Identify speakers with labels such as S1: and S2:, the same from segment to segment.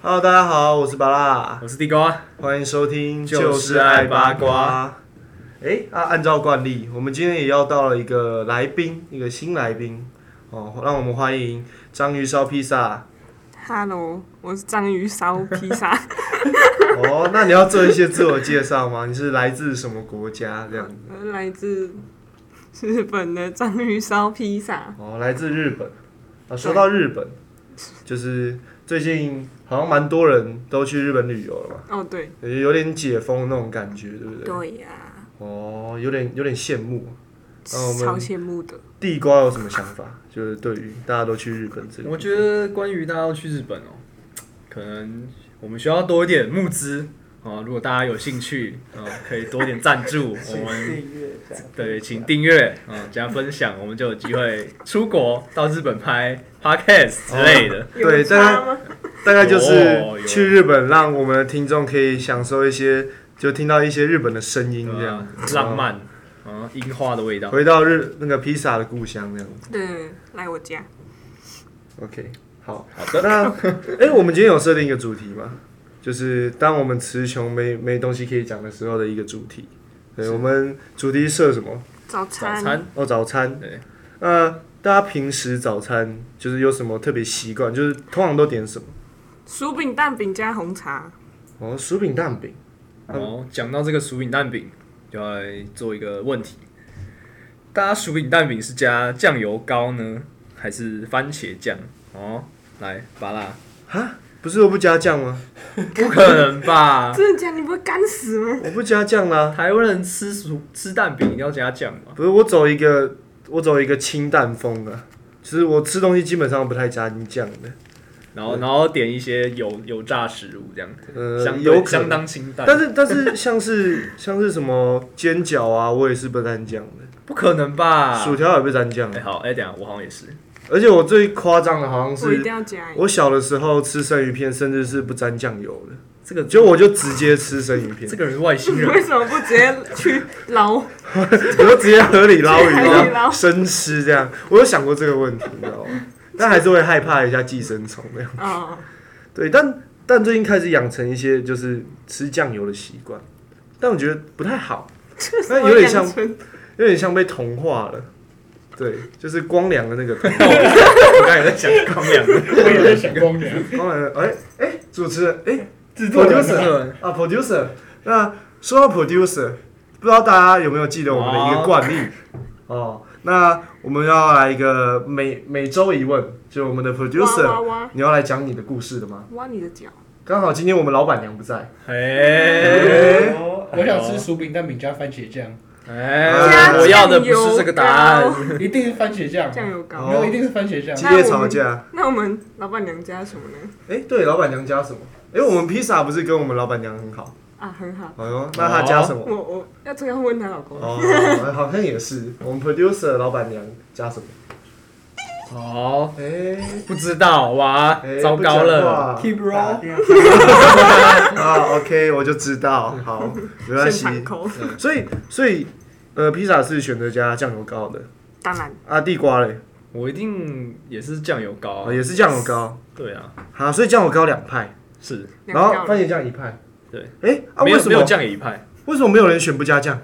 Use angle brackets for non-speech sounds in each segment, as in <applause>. S1: Hello，大家好，我是巴拉，
S2: 我是地啊瓜，
S1: 欢迎收听
S2: 就是爱八卦。
S1: 哎啊，按照惯例，我们今天也要到了一个来宾，一个新来宾哦，让我们欢迎章鱼烧披萨。
S3: Hello，我是章鱼烧披萨。
S1: <laughs> 哦，那你要做一些自我介绍吗？你是来自什么国家？这样
S3: 我是来自日本的章鱼烧披萨。
S1: 哦，来自日本。啊，说到日本，就是最近好像蛮多人都去日本旅游了嘛，
S3: 哦，对，
S1: 也有点解封那种感觉，对不对？
S3: 对呀、
S1: 哦，有点有点羡慕。那我们
S3: 超羡慕的。
S1: 地瓜有什么想法？就是对于大家都去日本这个，
S2: 我觉得关于大家要去日本哦，可能我们需要多一点募资啊、如果大家有兴趣啊、可以多一点
S1: <laughs>
S2: 赞助我们。对，请订阅啊、加分享，我们就有机会出国到日本拍 podcast 之类的。
S1: 对，
S3: 有差
S1: 大概
S3: 吗？
S1: 大概就是
S2: 有啊有
S1: 去日本，让我们的听众可以享受一些，就听到一些日本的声音这样
S2: 啊，浪。漫啊，樱花的味道。
S1: 回到日那个披萨的故乡这样。
S3: 对，来我家。
S1: OK，好，
S2: 好的，
S1: 那 <laughs> 哎、我们今天有设定一个主题吗？就是当我们词穷没没东西可以讲的时候的一个主题。对，我们主题设什么？
S3: 早
S2: 早
S3: 餐
S2: 餐
S1: 哦，早餐。
S2: 对，
S1: 呃，大家平时早餐就是有什么特别习惯？就是通常都点什么？
S3: 薯饼、蛋饼加红茶。
S1: 哦，薯饼蛋饼。
S2: 好，哦讲到这个薯饼蛋饼，就要来做一个问题：大家薯饼蛋饼是加酱油膏呢，还是番茄酱？哦，来，巴拉，
S1: 不是我不加酱吗？
S2: 不可能
S1: 啊
S2: 吧？
S3: 真的假的？你不会干死吗？
S1: 我不加酱啦、
S2: 台湾人吃薯吃蛋饼一定要加酱吗？
S1: 不是我走一个我走一个清淡风的，就是我吃东西基本上不太加酱的，
S2: 然后，然后点一些油油炸食物这样，
S1: 呃，
S2: 相
S1: 有
S2: 对
S1: 可
S2: 相
S1: 能。
S2: 当清淡。
S1: 但是但是像是像是什么煎饺啊，我也是不沾酱的，
S2: 不可能吧？
S1: 薯条也不沾酱
S2: 哎、
S1: 的，
S2: 好，哎、等一下我好像也是，
S1: 而且我最夸张的好像
S3: 我一定
S1: 是
S3: 要加。欸
S1: 我小的时候吃生鱼片，甚至是不沾酱油的，
S2: 这个
S1: 就我就直接吃生鱼片
S2: 这，个人是外星
S3: 你
S2: 人，
S3: 为什么不直接去
S1: <laughs>
S3: 捞？
S1: 我就直接河里捞鱼，
S3: 河里 <laughs>
S1: 然后
S3: 捞
S1: 生吃这样，我有想过这个问题，你知道吗？但还是会害怕一下寄生虫的。
S3: 哦，
S1: 对，但但最近开始养成一些就是吃酱油的习惯，但我觉得不太好，
S3: 这是
S1: 那
S3: 我
S1: 有点
S3: 养
S1: 像
S3: 成
S1: 有点像被同化了。对，就是光良的那个同化
S2: 我刚才在想光良，
S1: <laughs>
S2: 我也在想光良，
S1: 光良的，哎、哎、主持人，哎、
S2: 制作人
S1: producer 啊，producer。那说到 producer，不知道大家有没有记得我们的一个惯例哦？那我们要来一个每每周一问，就我们的
S3: 哇
S1: producer，哦
S3: 哇
S1: 你要来讲你的故事的吗？
S3: 挖你的脚。
S1: 刚好今天我们老板娘不在，
S2: 哎、
S4: 我想吃薯饼蛋饼加番茄酱，
S2: 哎、
S1: 加
S2: 我要的不是这个答案。
S4: 一定是番茄酱，
S3: 酱油膏。
S1: 哦
S4: 没有一定是番茄酱
S1: 激。
S3: 那
S1: 烈
S3: 我
S1: 吵
S3: 们
S1: 架。
S3: 那我们老板娘加什么呢？
S1: 哎、对，老板娘加什么？哎、我们披萨不是跟我们老板娘很好？
S3: 啊，很好。
S1: 哎呦，那她加什么？
S2: 哦
S3: 我我要这样问她老公。
S1: 哦，好像也是。我们 producer 老板娘加什么？
S2: 好，
S1: 哎、
S2: 哦不知道哇
S1: 哎，
S2: 糟糕
S1: 不讲话
S2: 了，keep roll。
S1: 啊，OK，我就知道。好，没关
S3: 现
S1: 系。
S3: 场口，
S1: 所以，所以，呃，披萨是选择加酱油膏的。
S3: 当然
S1: 啊，地瓜嘞，
S2: 我一定也是酱油膏
S1: 哦，
S2: 啊，
S1: 也是酱油膏。
S2: 对啊，
S1: 好，所以酱油膏两派，
S2: 是
S1: 然
S3: 两
S1: 后
S3: 个
S1: 番
S3: 料
S1: 茄
S3: 理。
S1: 酱一派。
S2: 对。
S1: 哎、啊，
S2: 没
S1: 为
S2: 有
S1: 什
S2: 没有
S1: 么？
S2: 酱也一派，
S1: 为什么没有人选不加
S2: <laughs>
S1: 酱？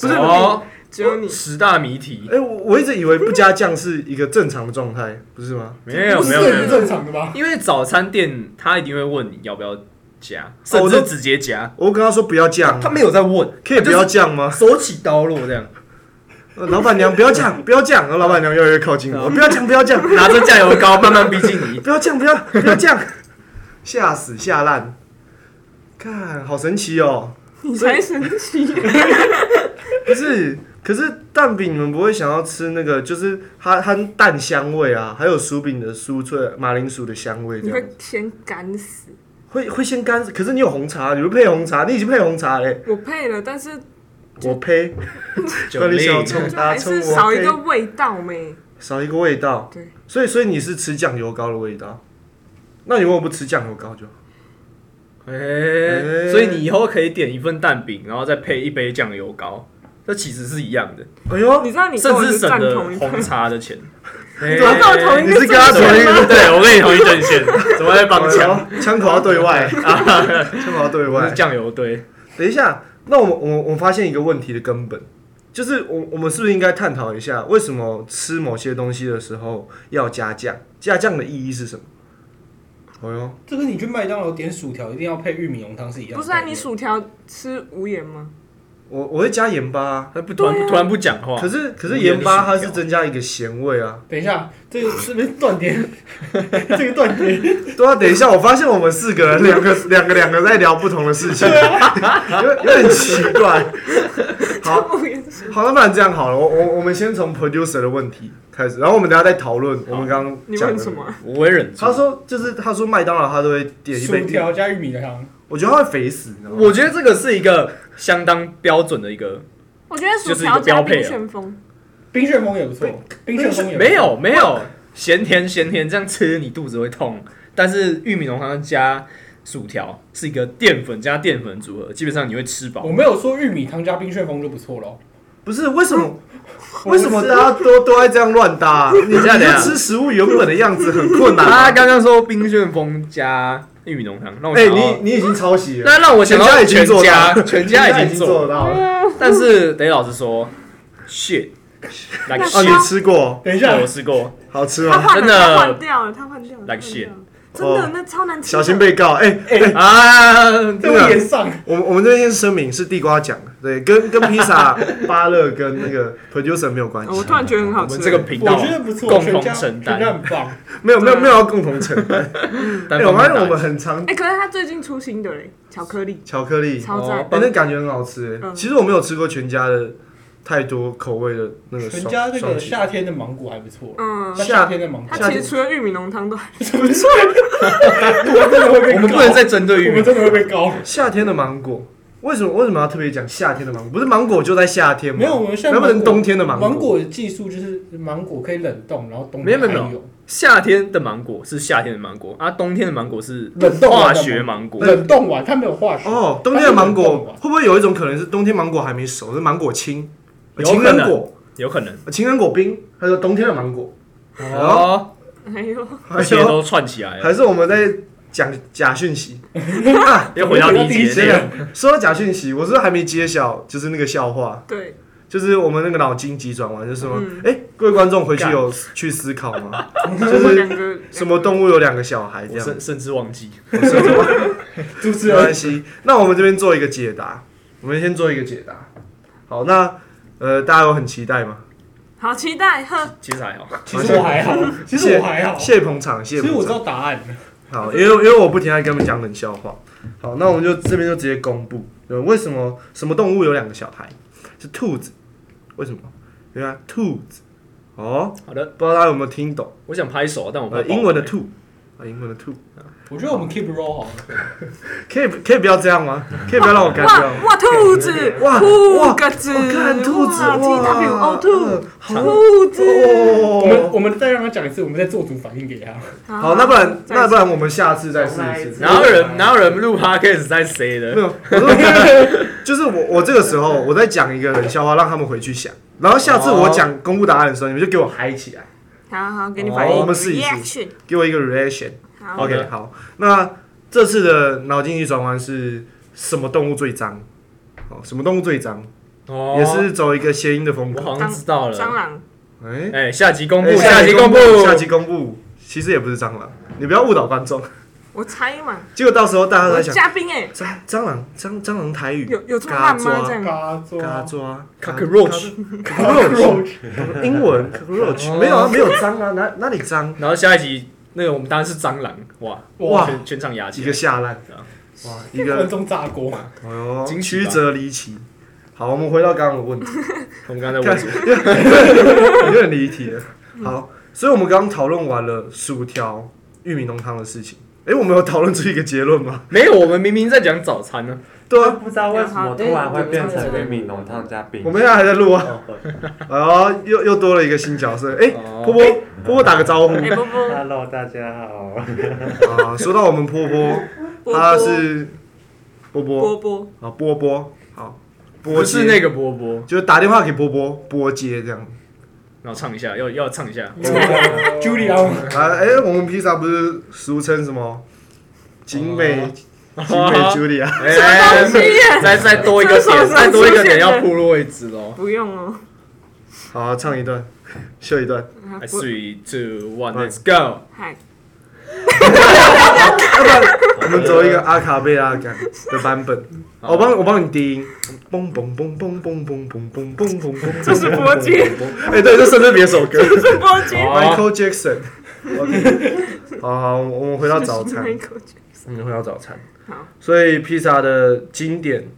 S2: 不是哦，
S3: 只有你
S2: 十大谜题
S1: 哎、我我一直以为不加酱是一个正常的状态，不是吗？
S2: 没有
S4: 不是
S2: 没有没
S4: 很
S2: 有，
S4: 正常的吧？
S2: 因为早餐店他一定会问你要不要加，甚
S1: 哦我
S2: 至
S1: 都
S2: 直接加，
S1: 我跟他说不要酱，
S2: 他没有在问，
S1: 可以不要酱吗？
S2: 手起刀落这样，
S1: 呃老板娘不要讲，不要讲，然后老板娘越来越靠近我，不要讲，不要讲，
S2: 拿着酱油膏慢慢逼近
S1: <laughs>
S2: 你。
S1: 不要讲，不要不要讲，吓死吓烂，看好神奇哦！
S3: 你才神奇。
S1: 不是，可是蛋饼你们不会想要吃那个，就是它它蛋香味啊，还有薯饼的酥脆，马铃薯的香味这
S3: 你
S1: 样，
S3: 会先干死。
S1: 会会先干。可是你有红茶，你会配红茶，你已经配红茶嘞，
S3: 我配了，但是
S1: 我配，
S2: 九
S1: 你小
S2: 令
S1: 葱
S3: 就
S1: 啊
S3: 还
S1: 葱
S3: 是
S1: 我
S3: 少一
S1: 配
S3: 个，味道没。
S1: 少一个味道。
S3: 对，
S1: 所以所以你是吃酱油膏的味道，那你为什么不吃酱油膏就好？哎
S2: 哎，所以你以后可以点一份蛋饼，然后再配一杯酱油膏，这其实是一样的，
S1: 哎呦，
S3: 你知道你跟
S2: 甚
S3: 我
S2: 至
S3: 是
S2: 省
S3: 站
S2: 了
S3: 同一
S2: 红
S3: 份，
S2: 茶的钱。
S3: 你
S2: 对
S3: 跟我同
S1: 哎
S3: 一
S1: 你
S3: 个
S1: 是跟他
S3: 阵
S1: 同一
S3: 线吗
S1: 个
S2: 对，我跟你同一
S1: <laughs>
S2: 阵线，怎么在帮腔？
S1: 哎呦枪口要对
S3: <laughs>
S1: 外，枪口要对
S2: 我
S1: 外
S2: 是。酱油对，
S1: 等一下，那我们我们我们发现一个问题的根本，就是我我们是不是应该探讨一下，为什么吃某些东西的时候要加酱？加酱的意义是什么？哦哟，
S4: 这跟你去麦当劳点薯条一定要配玉米浓汤是一样的。
S3: 不是啊，你薯条吃无盐吗？
S1: 我我会加盐巴、啊，
S2: 他不突然不突然不讲话
S1: 可，是可是
S2: 无盐
S1: 盐巴
S2: 薯
S1: 它是
S2: 条
S1: 增加一个咸味啊。
S4: 等一下，这个这边
S3: <laughs>
S4: 断点，这个断点，
S1: <laughs> 对啊，等一下，我发现我们四个人，两个两个两个在聊不同的事情，有有点奇怪。好，
S3: <laughs> 无盐是
S1: 好，那不然这样好了，我我我们先从 producer 的问题开始，然后我们等一下再讨论我们刚刚
S3: 你
S1: 讲的
S3: 问什么？啊？
S2: 我会忍住
S1: 他。说，就是他说麦当劳他都会点一
S4: 薯
S1: 杯，
S4: 条加玉米汤，
S1: 我觉得他会肥死，你知道吗？
S2: 我觉得这个是一个相当标准的一个，
S3: 我觉得薯
S2: 就是一个标
S3: 条加
S2: 配啊
S3: 冰旋风，
S4: 冰旋风也不错，冰旋风也不错
S2: 没有没有咸甜咸甜这样吃你肚子会痛，但是玉米浓汤加薯条是一个淀粉加淀粉组合，基本上你会吃饱
S4: 我。没有说玉米汤加冰旋风就不错咯。
S1: 不是为什么？
S4: 我
S1: 为什么大家都都爱这样乱搭啊、你
S2: 等一下
S1: 你
S2: 等一
S1: 就
S2: 下
S1: 吃食物原本的样子很困难啊、
S2: 他刚刚说冰旋风加玉米浓汤，让我
S1: 哎、
S2: 想到
S1: 你你已经抄袭了，
S2: 那让我想到
S1: 家已经
S2: 全
S1: 做到
S2: 家
S1: 了，
S2: 全家已经
S1: 做
S2: 做
S1: 得到了。哦
S2: 但是得老实说，shit，like
S3: 那
S1: 哦，你
S2: shit，
S1: 吃过，
S4: 等一下
S2: 我，吃过，
S1: 好吃
S3: 他
S1: 吗？
S3: 换
S2: 真
S3: 了，
S2: 的
S3: 他换掉了，他换掉了，他
S2: 啊 Like
S3: 换掉
S2: shit
S3: 了，真的
S1: 哦
S3: 那超难吃的，
S1: 小心被告。哎、
S2: 啊，
S4: 这个也上，
S1: 我们我们这边声明是地瓜酱，对，跟跟披
S4: <laughs>
S1: 萨、芭乐跟那个 producer 没有关
S3: 哦我
S1: 系，
S3: 突然觉得很
S2: 我
S3: 好吃
S2: 们，这个频
S4: 我
S2: 道
S4: 觉得不错，
S2: 共
S4: 全
S2: 同
S4: 家
S2: 承
S4: 全
S2: 担
S4: 家很棒。
S1: 没有没
S3: 啊
S1: 有没有要共同承担。哎、
S2: 单方
S1: 我发现
S2: 面
S1: 我
S2: 打
S1: 们很常
S3: 哎，可是他最近出新的嘞，巧克力
S1: 巧克力，
S3: 超赞
S2: 哦，
S1: 哎、那感觉很好吃、哎
S3: 嗯
S1: 其实我没有吃过全家的太多口味的那个
S4: 全
S1: 双
S4: 家这个
S1: 双起
S4: 夏天的芒果还不错，
S3: 嗯
S4: 那，夏天的芒果
S3: 他
S1: 夏
S3: 其
S1: 天
S3: 实除了玉米浓汤都还
S4: 我们真的会被
S2: 我们
S4: 告
S2: 不能再针对
S4: 我
S2: 玉米
S4: 们，真的会被告。
S1: 夏天的芒果，为什么为什么要特别讲夏天的芒果？不是芒果就在夏天吗？
S4: 没有，我们现在
S1: 能不
S4: 芒
S1: 能
S4: 果
S1: 冬天的芒
S4: 芒果的技术就是芒果可以冷冻，然后冬
S2: 没有
S4: 天
S2: 没有
S4: 还
S2: 没有夏天的芒果是夏天的芒果，啊，冬天的芒果是
S4: 冷冻
S2: 化
S4: 完的
S2: 学芒果，
S4: 冷冻完，它没有化学。
S1: 哦，冬天的芒
S4: 它是冷冻
S1: 果
S4: 完
S1: 会不会有一种可能是冬天芒果还没熟，是芒果青、
S2: 有
S1: 情
S2: 可能
S1: 人果、
S2: 有可能
S1: 情人果冰，还有冬天的芒果，
S2: 哦，
S3: 哎呦，
S1: 还
S2: 这些
S1: 有
S2: 都串起来了，
S1: 还是我们在讲假讯息啊？
S2: 又回到第一节
S1: 真
S2: 内容
S1: 的，说到假讯息，我是不是还没揭晓，就是那个笑话。
S3: 对，
S1: 就是我们那个脑筋急转弯，就是什么？
S3: 嗯
S1: 哎、各位观众回去
S2: 干
S1: 有去思考吗？
S3: 就两个
S1: 什么动物有两个小孩这
S2: 我
S1: 样？
S2: 甚甚至忘记，
S4: 主持
S1: 没
S4: 人
S1: 关系。那我们这边做一个解答，我们先做一个解答。好，那呃，大家有很期待吗？
S3: 好期待，呵，
S2: 其实还好，
S4: 其实我还好，其实我还好，
S1: 谢谢捧场，谢
S4: 其
S1: 谢
S4: 实我
S1: 捧
S4: 知
S1: 场。
S4: 道答案。
S1: 好，因为因为我不停在跟他们讲冷笑话。好，那我们就这边就直接公布，呃为什么什么动物有两个小孩？是兔子，为什么？原来兔子哦，
S2: 好的，
S1: 不知道大家有没有听懂？
S2: 我想拍手，但我怕
S1: 呃，
S2: 爆
S1: 英文的
S2: 雷
S1: 兔啊，英文的兔，
S4: 我觉得我们 keep roll 好了，
S1: 可以可以不要这样吗？ <laughs> 可以不要让我干
S3: 哇
S1: 掉吗？
S3: 哇兔子，
S1: 哇哇
S3: 兔个子，
S1: 我看兔子
S3: 哇 T
S1: 哇
S3: W O 哦兔
S1: 嗯
S3: 兔子，
S4: 我
S1: 哦
S4: 们我们再让他讲一次，我们再做出反应给他。
S1: 好，那不然
S3: 再
S1: 那不然我们下次再试
S5: 重来
S1: 一
S5: 一
S1: 次。
S5: 次
S2: 哪有人哪有人录 podcast 在
S1: 没
S2: 谁的？
S1: 有，我说就是我我这个时候我在讲一个冷笑话，让他们回去想。然后下次我讲公布答案的时候，你们就给我嗨起来，
S3: 好好给你
S1: 哦
S3: 反应，
S1: 我们试一试
S3: reaction，
S1: 给我一个 reaction。
S3: 好，
S2: 的
S1: OK，好。那这次的脑筋急转弯是什么动物最脏？哦，什么动物最脏？
S2: 哦
S1: 也是走一个谐音的风
S2: 我
S1: 格。
S2: 好像知道
S3: 蟑
S2: 了，
S3: 螂，
S1: 哎，
S2: 哎，下集公布，
S1: 哎
S2: 下集公布，
S1: 下集公布。其实也不是蟑螂，你不要误导观众。
S3: 我猜嘛，
S1: 结果到时候大家
S3: 我
S1: 在
S3: 是
S1: 想，
S3: 嘉宾哎，
S1: 蟑蟑螂蟑蟑螂台语
S3: 有有这么慢
S1: 嘎啊
S3: 吗？
S1: 抓 <laughs>
S3: 这样
S4: 嘎做
S1: 嘎抓
S2: Cockroach <laughs>
S1: cockroach 英文 cockroach
S2: 哦
S1: 没有啊，没有脏啊，哪哪里脏？
S2: 然后下一集那个我们当然是蟑螂，哇
S1: 哇
S2: 全全场牙
S1: 一
S2: 起
S1: 个
S2: 来，
S1: 下烂
S2: 啊，
S1: 哇，一
S4: 空
S2: <laughs>
S1: 个
S4: 中炸锅，
S1: 哎呦，
S2: 惊喜
S1: 曲
S2: 吧
S1: 折离奇。好，我们回到刚刚的问题，
S2: 我们刚才问
S1: 看
S2: 什么？
S1: <laughs> 有点离题了。好，所以我们刚刚讨论完了薯条、玉米浓汤的事情。哎，我们有讨论出一个结论吗？ <laughs>
S2: 没有，我们明明在讲早餐呢。
S1: 对
S5: 都
S1: 啊，
S5: 不知道为什么突然会变成玉米浓汤加冰。
S1: 我们现在还在录啊。
S5: 哦
S1: 哎呦，又又多了一个新角色。哎，
S2: 哦
S1: 波波，波波打个招呼
S3: 哎波波，
S5: Hello，大家好。
S1: 啊。说到我们波波，
S3: 波
S1: 他
S3: 波
S1: 是波波
S3: 波波，
S1: 啊，波波。好，波
S2: 不
S1: 接
S2: 是那个波波，
S1: 就是打电话给波波波接这样。
S2: 然后唱一下，要要唱一下，
S1: <laughs>
S4: Julia，
S1: 啊，哎、我们披萨不是俗称什么景美
S2: 哦
S1: 景美 Julia？
S2: 哎，
S3: 啊
S2: 再再多一个点，再多一个点要铺路位置喽。
S3: 不用哦。
S1: 好，唱一段，秀一段，
S3: 啊不
S2: Three, two, one, let's go！
S1: <laughs>
S3: 嗨，
S1: 我们走一个阿卡贝拉感的版本。
S2: 好
S1: 我帮我帮你低音，嘣嘣嘣嘣嘣嘣嘣嘣嘣嘣嘣，
S3: <laughs> 这是哦波姐，
S1: <laughs> 哎，对，这甚至别首歌
S3: 是波姐。
S1: ，Michael Jackson。OK，好 <laughs> 好，我们回到早
S3: <laughs>
S1: 餐，我们回到早餐。
S3: 好，
S1: 所以披萨的经典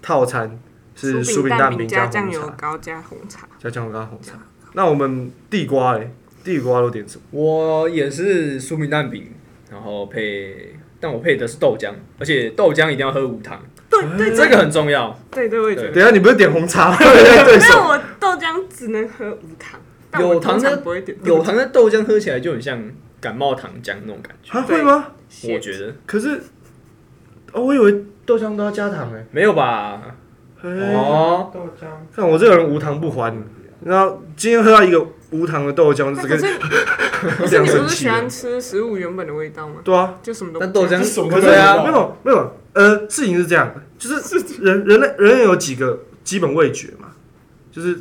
S1: 套餐是
S3: 酥
S1: 酥
S3: 饼
S1: 饼
S3: 蛋
S1: 蛋
S3: 饼
S1: 饼
S3: 加
S1: 红
S3: 酱油
S1: 茶，
S3: 膏加红茶。
S1: 加酱油加红茶。那我们地瓜嘞，地瓜都点什么？
S2: 我也是酥饼蛋饼，然后配，但我配的是豆浆，而且豆浆一定要喝无糖，
S3: 对对
S2: 这个很重要。
S3: 对对，我也觉得。
S1: 等一下你不是点红茶吗？对
S3: 没有，
S1: 手
S3: 我豆浆只能喝无糖，但我
S2: 有糖
S3: 通常
S2: 的
S3: 不会点
S2: <laughs> 有糖的豆浆喝起来就很像感冒糖浆那种感
S1: <laughs>
S2: 觉，
S1: 啊会吗？
S2: 我觉得
S1: 可是哦，我以为豆浆都要加糖哎。
S2: 没有吧？
S1: 哎，
S2: 哦，
S4: 豆浆，
S1: 看我这个人无糖不欢，然后今天喝到一个无糖的豆浆，
S3: 那
S1: 这
S3: 可
S1: 个
S3: 是
S1: 这
S3: 可是
S1: 样
S3: 你
S1: 生
S3: 不是
S1: 气
S3: 喜欢
S1: 了。
S3: 吃食物原本的味道吗？
S1: 对啊，
S3: 就什么都
S2: 但豆
S3: 不加
S2: 浆
S4: 什么
S1: 可是
S4: 味
S1: 啊，
S4: 道
S1: 没有没有，呃，事情是这样，
S4: <laughs>
S1: 就是人人类人类有几个基本味觉嘛，就是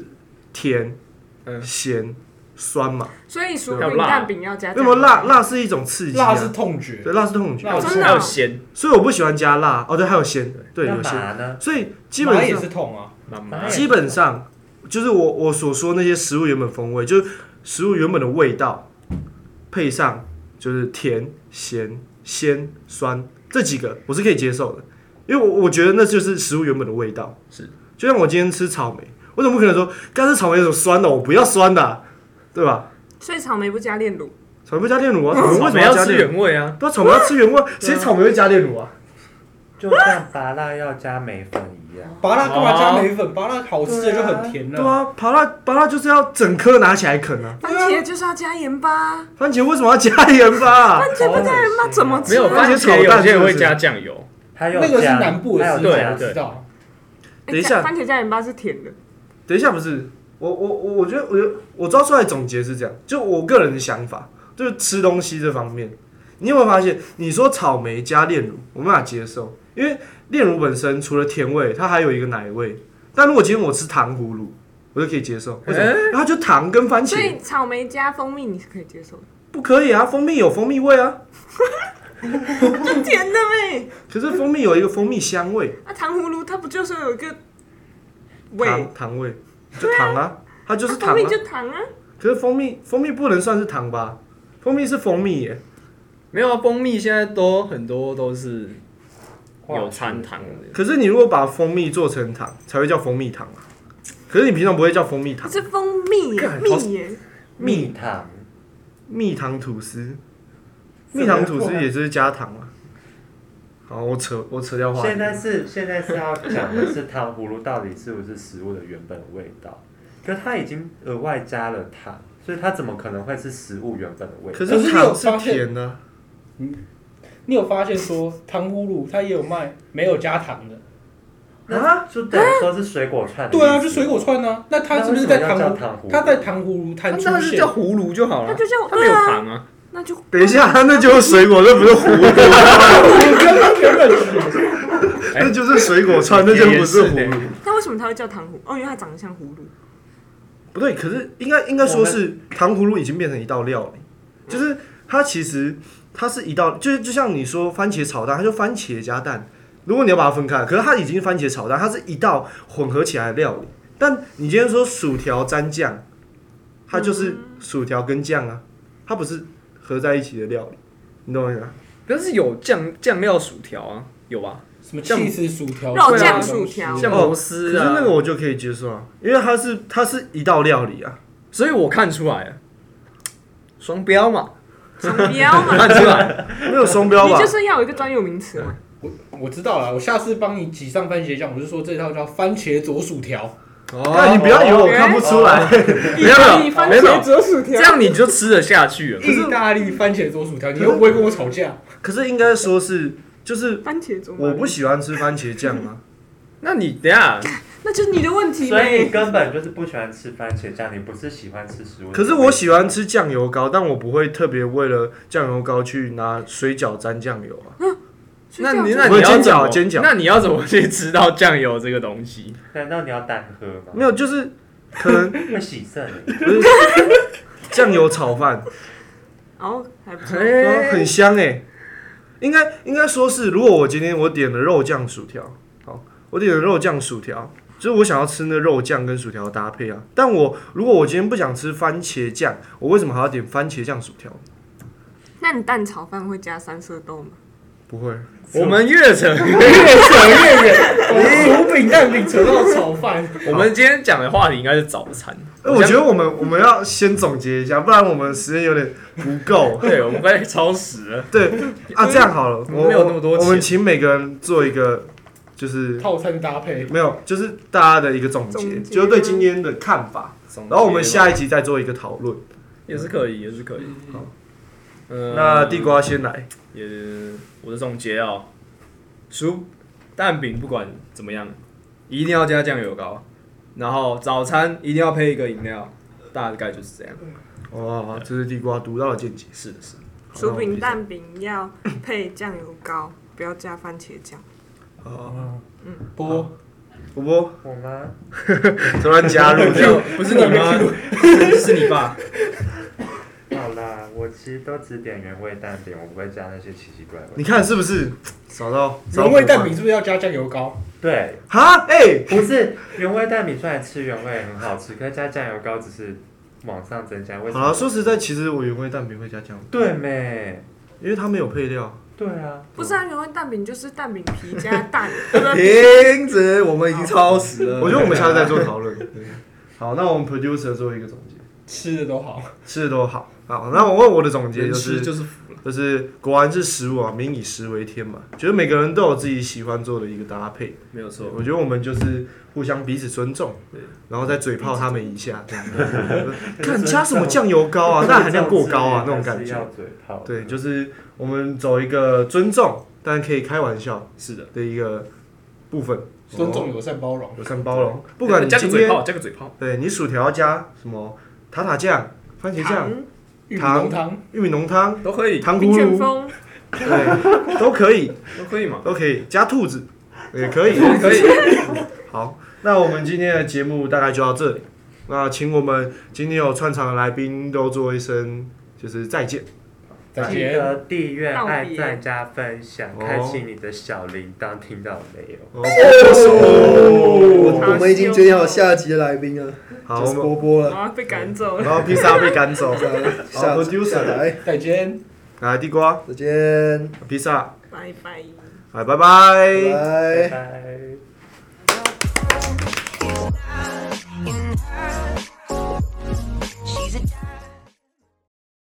S1: 甜、
S2: 嗯
S1: 咸、酸嘛。
S3: 所以薯
S2: 要
S3: 饼
S2: 辣
S3: 蛋饼要加
S1: 那
S3: 酱
S1: 么
S3: 油
S1: 辣辣是一种刺激、啊，
S4: 辣是痛觉，
S1: 对辣是痛觉
S4: 辣，
S3: 真的
S2: 还
S3: 哦
S2: 有咸，
S1: 所以我不喜欢加辣。哦，对，还有咸，对有咸，
S5: 麻呢？
S1: 所以基
S4: 麻
S1: 本
S4: 也
S1: 上
S4: 是痛啊，
S2: 妈妈
S5: 哎
S1: 基本上就是我我所说那些食物原本风味，就是食物原本的味道，配上就是甜、咸、鲜、酸这几个，我是可以接受的，因为我我觉得那就是食物原本的味道。
S2: 是，
S1: 就像我今天吃草莓，我怎么可能说刚才草莓有种酸的，我不要酸的啊、对吧？
S3: 所以草莓不加炼乳，
S1: 草莓不加炼乳啊，草莓为
S2: 草
S1: 什么
S2: 莓
S1: 要
S2: 要
S1: 加
S2: 吃
S1: 炼乳？
S2: 原味啊。
S1: 对啊，草莓要吃原味， <laughs> 谁草莓会加炼乳啊？
S5: 就像拔辣要加梅粉一样。
S4: 拔辣干嘛加梅粉？拔辣好吃的就很甜
S1: 对
S4: 了，
S1: 啊，拔辣拔辣就是要整颗拿起来啃啊！哦
S3: 番茄就是要加盐巴，
S1: 番茄为什么要加盐巴、
S3: 番茄不加盐巴怎么
S2: 没
S3: 吃
S2: 有
S1: 番茄
S3: 啊？
S2: 番
S1: 炒
S2: 茄，有
S1: 蛋
S2: 些
S1: 是
S2: 人
S1: 不
S2: 会
S1: 是
S2: 加酱油，
S5: 还有
S4: 那个是
S5: 加
S4: 南部的嗯
S5: 还
S4: 食
S5: 有
S4: 物，
S2: 对
S5: 加
S4: 我知
S3: 哎
S4: 道。
S1: 等一
S3: 加
S1: 下
S3: 番茄加盐巴是甜的，
S1: 等一下，不是我我我我觉得我觉得我抓出来总结是这样，就我个人的想法，就是吃东西这方面，你有没有发现，你说草莓加炼乳，我没办法接受，因为炼乳本身除了甜味，它还有一个奶味。但如果今天我吃糖葫芦，我就可以接受，为什么？
S2: 哎
S1: 然后就糖跟番
S3: 所
S1: 茄
S3: 以草莓加蜂蜜你是可以接
S1: <laughs>
S3: 受的，
S1: 不可以啊，蜂蜜有蜂蜜味啊，
S3: 就甜的呗。
S1: 可是蜂蜜有一个蜂蜜香味。
S3: 那糖葫芦它不就是有一个味？
S1: 糖糖味，就糖啊，它就是
S3: 那
S1: 糖
S3: 蜂蜜
S1: 啊。
S3: 就糖啊，
S1: 可是蜂蜜，蜂蜜不能算是糖吧？蜂蜜是蜂蜜耶，
S2: 没有啊，蜂蜜现在都很多都是有掺糖的，
S1: 可是你如果把蜂蜜做成糖，才会叫蜂蜜糖啊。可是你平常不会叫蜂蜜
S3: 它
S1: 糖，
S3: 是蜂蜜耶
S1: 干好
S3: 蜜耶，
S5: 蜜糖，
S1: 蜜糖吐司，蜜糖吐司也就是加糖啊。好，我扯我扯掉话题
S5: 现。在是现在是要讲的是糖葫芦到底是不是食物的原本味道？可它已经额外加了糖，所以它怎么可能会是食物原本的味道？
S1: 可是糖是甜的啊，
S4: 你有发现说糖葫芦它也有卖没有加糖的？
S1: 啊
S5: 那就等于说是水果串的意思。
S4: 对啊，就水果串啊。那它是不是在
S5: 嗯那为什么要
S4: 糖
S5: 叫糖
S4: 葫？
S5: 葫芦
S4: 它在糖葫芦摊
S2: 它
S4: 出
S2: 那就
S4: 现
S2: 叫，葫芦就好了，
S3: 它就像
S2: 它没有
S3: 对啊
S2: 糖啊，
S3: 那就
S1: 等一下，那就是水果，那不是葫芦，
S4: 原本
S2: <laughs> 哎
S1: 那就是水果串，那就不是
S2: 也
S1: 葫
S2: 是
S1: 芦
S2: 呢。
S3: 那为什么它会叫糖葫？哦，因为它长得像葫芦。
S1: 不对，可是应该应该说是糖葫芦已经变成一道料理，就是它其实它是一道，就是就像你说番茄炒蛋，它就番茄加蛋。如果你要把它分开，可是它已经是番茄炒蛋，它是一道混合起来的料理。但你今天说薯条沾酱，它
S3: 嗯
S1: 就是薯条跟酱啊，它不是合在一起的料理，你懂我意思吗？
S2: 但是有酱酱料薯条啊，有吧？
S4: 什么
S2: 像
S4: 气丝薯条、
S3: 肉
S2: 酱
S3: 薯条
S2: 像
S1: 哦
S2: 螺
S1: 可
S2: 丝
S1: 是
S2: 啊，
S1: 那个我就可以接受啊，因为它是它是一道料理啊。
S2: 所以我看出来了，双标嘛，
S3: 双标
S2: <laughs>
S3: 嘛，
S2: 看出来，
S1: 没有双标
S3: 你
S1: 吧
S3: 就？是要有一个专有名词嘛。
S4: 我我知道了，我下次帮你挤上番茄酱，我就说这套叫番茄佐薯条。
S1: <laughs>
S3: 哦
S1: 那哦你不
S2: 哦
S1: 要以为我看不出来，
S2: 没有没有
S3: 番
S2: 没有
S3: 茄，折薯条
S2: 这，样你就吃得下去了。
S4: 意大利番茄佐薯条，你又不会跟我吵架？
S1: 可是应该说是就是
S3: 番茄中
S1: 我不喜欢吃番茄酱啊，
S2: 那你等一下，
S3: 那就是你的问题
S5: 所以你
S3: 嘞。
S5: 根本就是不喜欢吃番茄酱，你不是喜欢吃食物。
S1: 可是我喜欢吃酱油膏，但我不会特别为了酱油膏去拿水饺沾酱油啊。
S2: 那
S3: 所以
S2: 你
S3: 这
S2: 那
S3: 样
S1: 不
S2: 你
S1: 是
S2: 要
S1: 煎
S2: 怎
S1: 饺
S2: 么
S1: 煎饺
S2: 那你要怎么去吃到酱油这个东西？
S5: 难道你要单喝吗？
S1: 没有，就是可能
S5: 会洗肾。
S1: 不是酱油炒饭，
S3: 哦，还不错。
S1: 对啊
S2: 哎
S1: 很香哎、应该应该说是，如果我今天我点了肉酱薯条，好，我点了肉酱薯条，就是我想要吃那肉酱跟薯条的搭配啊。但我如果我今天不想吃番茄酱，我为什么还要点番茄酱薯条？
S3: 那你蛋炒饭会加三色豆吗？
S1: 不会，哎
S2: 我们越扯，
S1: <laughs>
S4: 越扯越远，我薯饼蛋饼扯到炒饭，
S2: 我们今天讲的话题应该是早餐。。
S1: 哎、我觉得我们我们要先总结一下，不然我们时间有点不够
S2: 对，我们快超时了。
S1: 对啊，这样好了，我
S2: 没有那么多
S1: 我
S2: 钱
S1: 们请每个人做一个，就是
S4: 套餐搭配。
S1: 没有，就是大家的一个总结，
S3: 总结
S1: 就是对今天的看法。然后我们下一集再做一个讨论。
S2: 也是可以，也是可以。好，嗯
S1: 那地瓜先来，
S2: 也我的总结哦，薯蛋饼不管怎么样，一定要加酱油膏，然后早餐一定要配一个饮料，大概就是这样。
S1: 哇，哦这是地瓜独到的见解。
S2: 是的，是的。
S3: 薯饼蛋饼要配酱油膏，不要加番茄酱。
S1: 哦，
S4: 播
S1: 我不
S5: 我吗？
S1: 突然加入这样，
S2: 不是你吗？
S1: <laughs>
S2: 是是你爸。
S5: 好啦，我其实都只点原味蛋饼，我不会加那些奇奇怪怪。
S1: 你看是不是找到
S4: 原味蛋饼？是不是要加酱油膏？
S5: 对，
S1: 哈，
S5: <laughs>
S1: 哎，
S5: 不是原味蛋饼，虽然吃原味很好吃，可是加酱油膏只是往上增加。为什
S1: 好
S5: 么？
S1: 了，说实在，其实我原味蛋饼会加酱油，
S5: 对没？
S1: 因为它没有配料。
S5: 对啊，
S3: 不是啊，原味蛋饼就是蛋饼皮加
S2: <laughs>
S3: 蛋，对不对
S2: 停止，我们已经超时了
S1: 我觉得我们下次再做讨论。对好，那我们 producer 做一个总结，
S4: 吃的都好，
S1: 吃的都好。好，那我问我的总结
S2: 人
S1: 就
S2: 吃
S1: 是，
S2: 就是福了。
S1: 就是果然是食物啊，民以食为天嘛。觉得每个人都有自己喜欢做的一个搭配，
S2: 没有错。
S1: 我觉得我们就是互相彼此尊重，然后再嘴炮他们一下，这样。看加什么酱油膏
S5: <laughs>
S1: 啊，钠含量过高啊，那种感
S5: 是要
S1: 觉。
S5: 嘴炮。
S1: 对，就是我们走一个尊重，但可以开玩笑
S2: 是的。
S1: 的一个部分，
S4: 尊重、友善、包容。
S1: 友善包容。不管你
S2: 加个
S1: 今
S2: 嘴
S1: 天
S2: 炮，加个嘴炮。
S1: 对你薯条加什么塔塔酱、番茄酱、
S3: 糖
S4: 玉米浓汤，
S1: 玉米浓汤、
S2: 都可以，
S1: 糖
S3: 冰
S1: 葫
S3: 旋
S1: 芦，
S3: 风，
S1: 对，都可以。
S2: 都可以嘛？
S1: 都可以加兔子，也可
S6: <laughs>
S1: 以。
S2: 可以，
S1: 好，那我们今天的节目大概就到这里。那请我们今天有串场的来宾都做一声就是再见。
S4: 再
S5: 记
S4: 见。
S5: 得订阅、
S3: 道别
S5: 爱在家分享，
S1: 哦
S5: 开启你的小铃铛，听到没有？
S1: 哦，
S6: 哦，我们已经决定好下集的来宾了，
S1: 好，
S6: 就是
S1: 我们
S6: 波波
S3: 然
S6: 了，
S3: 后被赶走了。
S1: 然后披萨被赶走，
S6: <laughs> 下
S1: 好，producer
S6: 下台，
S4: 哎再见。
S1: 来地瓜
S6: 再见，
S1: 披萨，
S3: 拜拜。
S1: 来拜拜
S6: 拜。
S5: 拜拜。